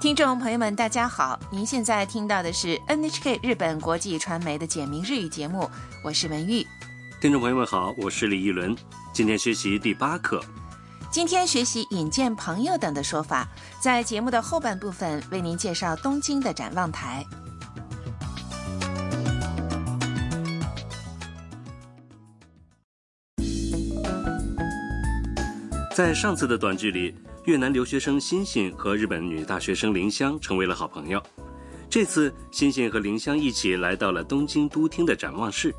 听众朋友们，大家好！您现在听到的是 NHK 日本国际传媒的简明日语节目，我是文玉。听众朋友们好，我是李一伦。今天学习第八课，今天学习引荐朋友等的说法，在节目的后半部分为您介绍东京的展望台。在上次的短剧里，越南留学生欣欣和日本女大学生林香成为了好朋友。这次，欣欣和林香一起来到了东京都厅的展望室。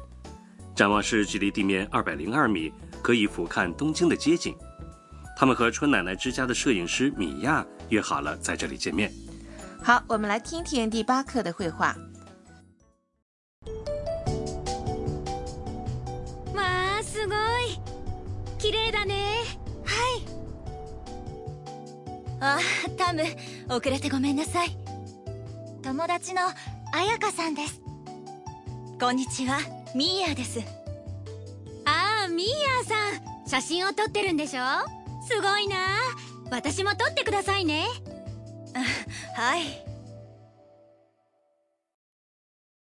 展望室距离地面二百零二米，可以俯瞰东京的街景。他们和春奶奶之家的摄影师米娅约好了在这里见面。好，我们来听听第八课的绘画。まあすごい綺麗だねはいあタム遅れてごめんなさい友達の彩香さんですこんにちはミーヤですああミーヤさん写真を撮ってるんでしょすごいな私も撮ってくださいねはい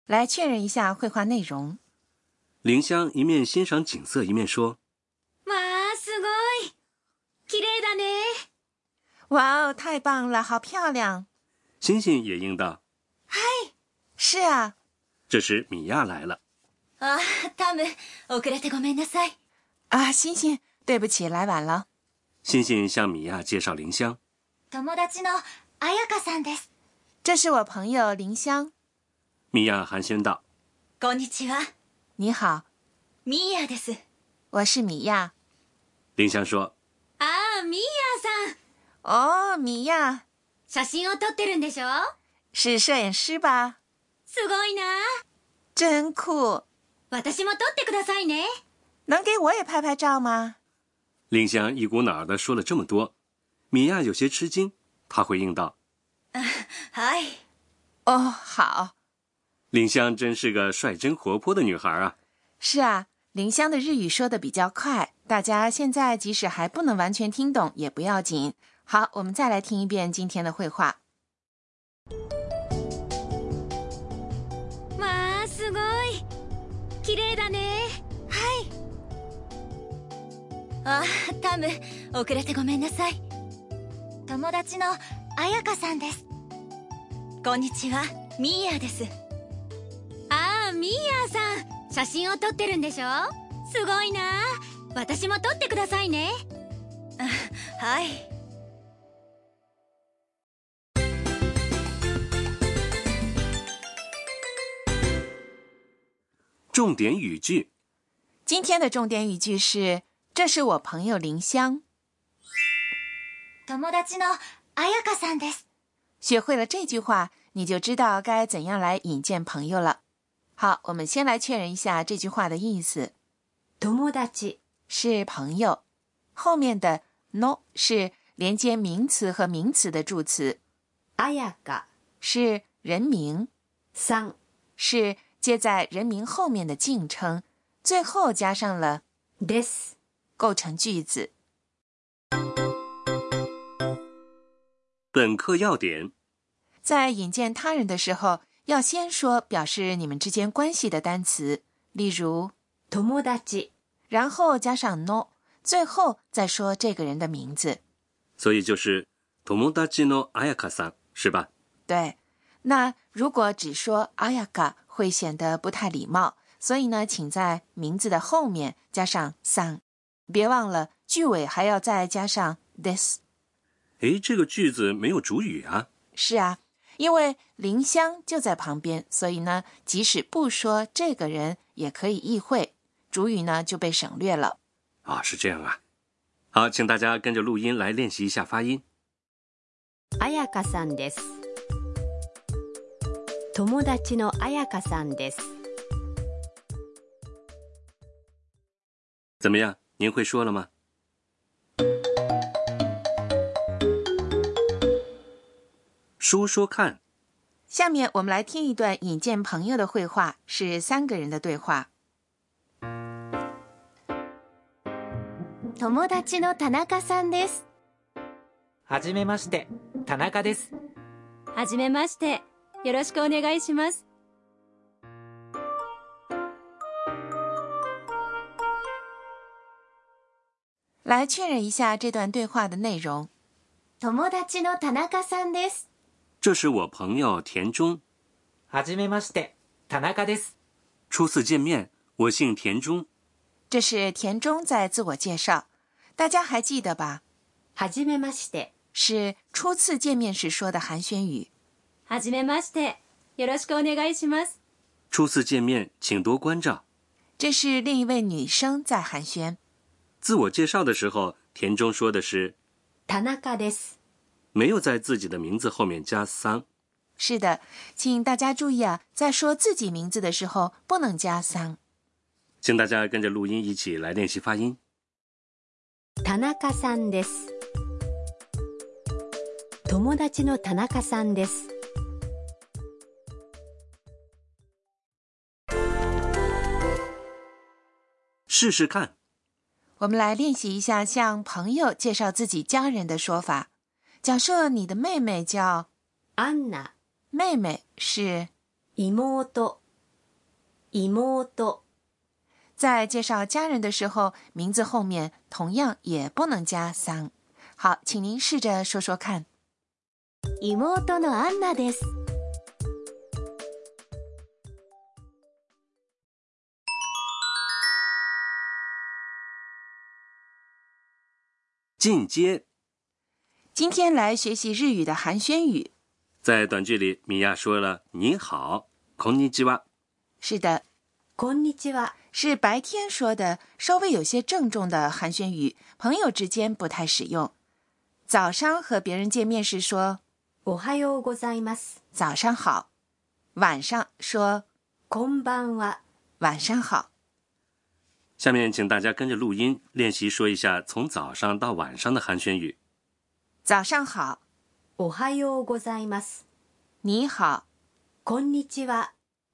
来确认一下绘画内容。林香一面欣赏景色，一面说まあすごい綺麗だね哇哦，太棒了，好漂亮！：“欣欣也应道。是啊，”这时，米娅来了。あタム遅れてごめんなさい啊，欣欣，对不起，来晚了。欣欣向米娅介绍林香。友達の彩香さんです这是我朋友林香，米娅寒暄道こんにちは你好，ミーヤです我是米娅。：“林香说，ああミーヤさん哦，米娅写真を撮ってるんでしょ是摄影师吧？すごいな真酷，私も撮ってくださいね能给我也拍拍照吗？林香一股脑儿的说了这么多，米娅有些吃惊。她回应道はい哦，好，：“林香真是个率真活泼的女孩啊是啊，林香的日语说的比较快，大家现在即使还不能完全听懂也不要紧。好，我们再来听一遍今天的绘画。まあすごい綺麗だねはいあタム遅れてごめんなさい友達の彩香さんですこんにちはミーヤですああミーヤさん写真を撮ってるんでしょすごいな私も撮ってくださいねはい重点语句今天的重点语句是：这是我朋友林香。友達の彩香さんです学会了这句话，你就知道该怎样来引荐朋友了。好，我们先来确认一下这句话的意思，友達是朋友。后面的 no 是连接名词和名词的助词，彩香是人名。さん是接在人名后面的敬称，最后加上了です构成句子。本课要点在引荐他人的时候，要先说表示你们之间关系的单词，例如，友達然后加上 no，最后再说这个人的名字。所以就是“友達のあやかさん”，是吧？对，那如果只说阿雅嘎，会显得不太礼貌，所以呢，请在名字的后面加上桑，别忘了句尾还要再加上 this。诶，这个句子没有主语啊。是啊，因为林香就在旁边，所以呢，即使不说这个人，也可以意会。主语呢就被省略了。啊，是这样啊。好，请大家跟着录音来练习一下发音。彩香さんです友達の彩香さんです怎么样？您会说了吗？说说看，下面我们来听一段引荐朋友的绘画，是三个人的对话。友達の田中さんですはじめまして、田中です。はじめまして。よろしくお願いします。来确认一下这段对话的内容。友達の田中さんです这是我朋友田中，はじめまして、田中です。初次见面，我姓田中。这是田中在自我介绍，大家还记得吧？はじめまして。是初次见面时说的寒暄语。はじめまして。よろしくお願いします。初次见面，请多关照。这是另一位女生在寒暄。自我介绍的时候，田中说的是田中です。没有在自己的名字后面加桑。是的，请大家注意啊，在说自己名字的时候不能加桑。请大家跟着录音一起来练习发音。田中さんです。友達の田中さんです。试试看，我们来练习一下向朋友介绍自己家人的说法。假设你的妹妹叫アンナ、妹妹是，妹、妹、在介绍家人的时候，名字后面同样也不能加桑。好，请您试着说说看。妹のアンナです进阶。今天来学习日语的寒暄语。在短剧里，米娅说了“你好”，こんにちは。是的，こんにちは。是白天说的，稍微有些郑重的寒暄语，朋友之间不太使用。早上和别人见面时说おはようございます。 “早上好”，晚上说こんばんは。 “晚上好下面请大家跟着录音练习说一下从早上到晚上的寒暄语。”。早上好，おはようございます。你好，こんにちは。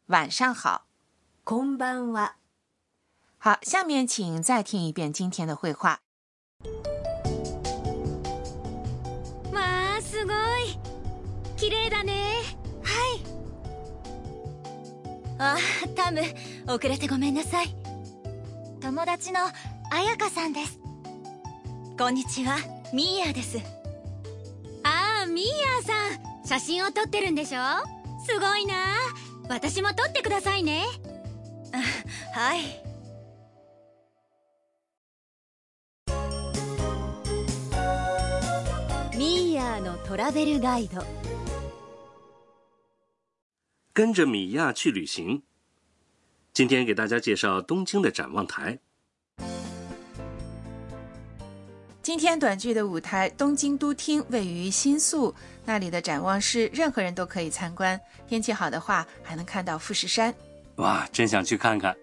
晚上好。こんばんは。好，下面请再听一遍今天的绘画。まあすごい綺麗だねはいあタム遅れてごめんなさい友達の彩香さんですこんにちはミーヤですああミーヤさん写真を撮ってるんでしょすごいな私も撮ってくださいね はいミーヤーのトラベルガイド。跟着米娅去旅行。今天给大家介绍东京的展望台。今天短剧的舞台东京都厅位于新宿，那里的展望室任何人都可以参观。天气好的话，还能看到富士山。哇，真想去看看。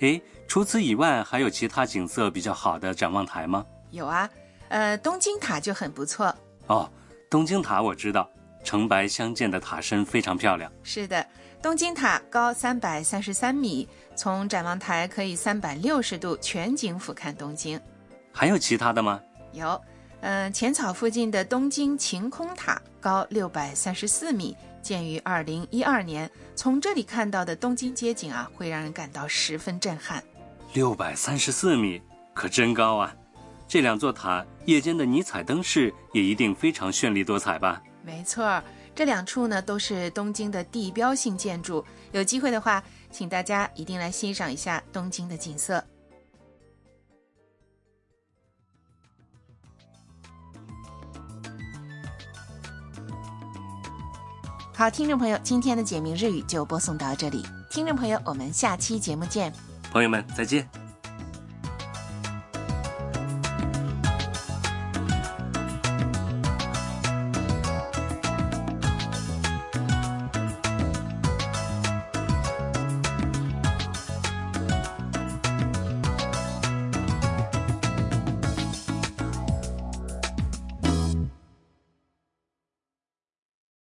诶，除此以外，还有其他景色比较好的展望台吗？有啊，呃，东京塔就很不错。哦，东京塔我知道，橙白相间的塔身非常漂亮。是的，东京塔高三百三十三米，从展望台可以三百六十度全景俯瞰东京。还有其他的吗？有，呃，浅草附近的东京晴空塔高六百三十四米，建于二零一二年。从这里看到的东京街景啊，会让人感到十分震撼。六百三十四米，可真高啊！这两座塔夜间的霓彩灯饰也一定非常绚丽多彩吧？没错儿，这两处呢都是东京的地标性建筑。有机会的话，请大家一定来欣赏一下东京的景色。好，听众朋友，今天的简明日语就播送到这里。听众朋友，我们下期节目见。朋友们，再见。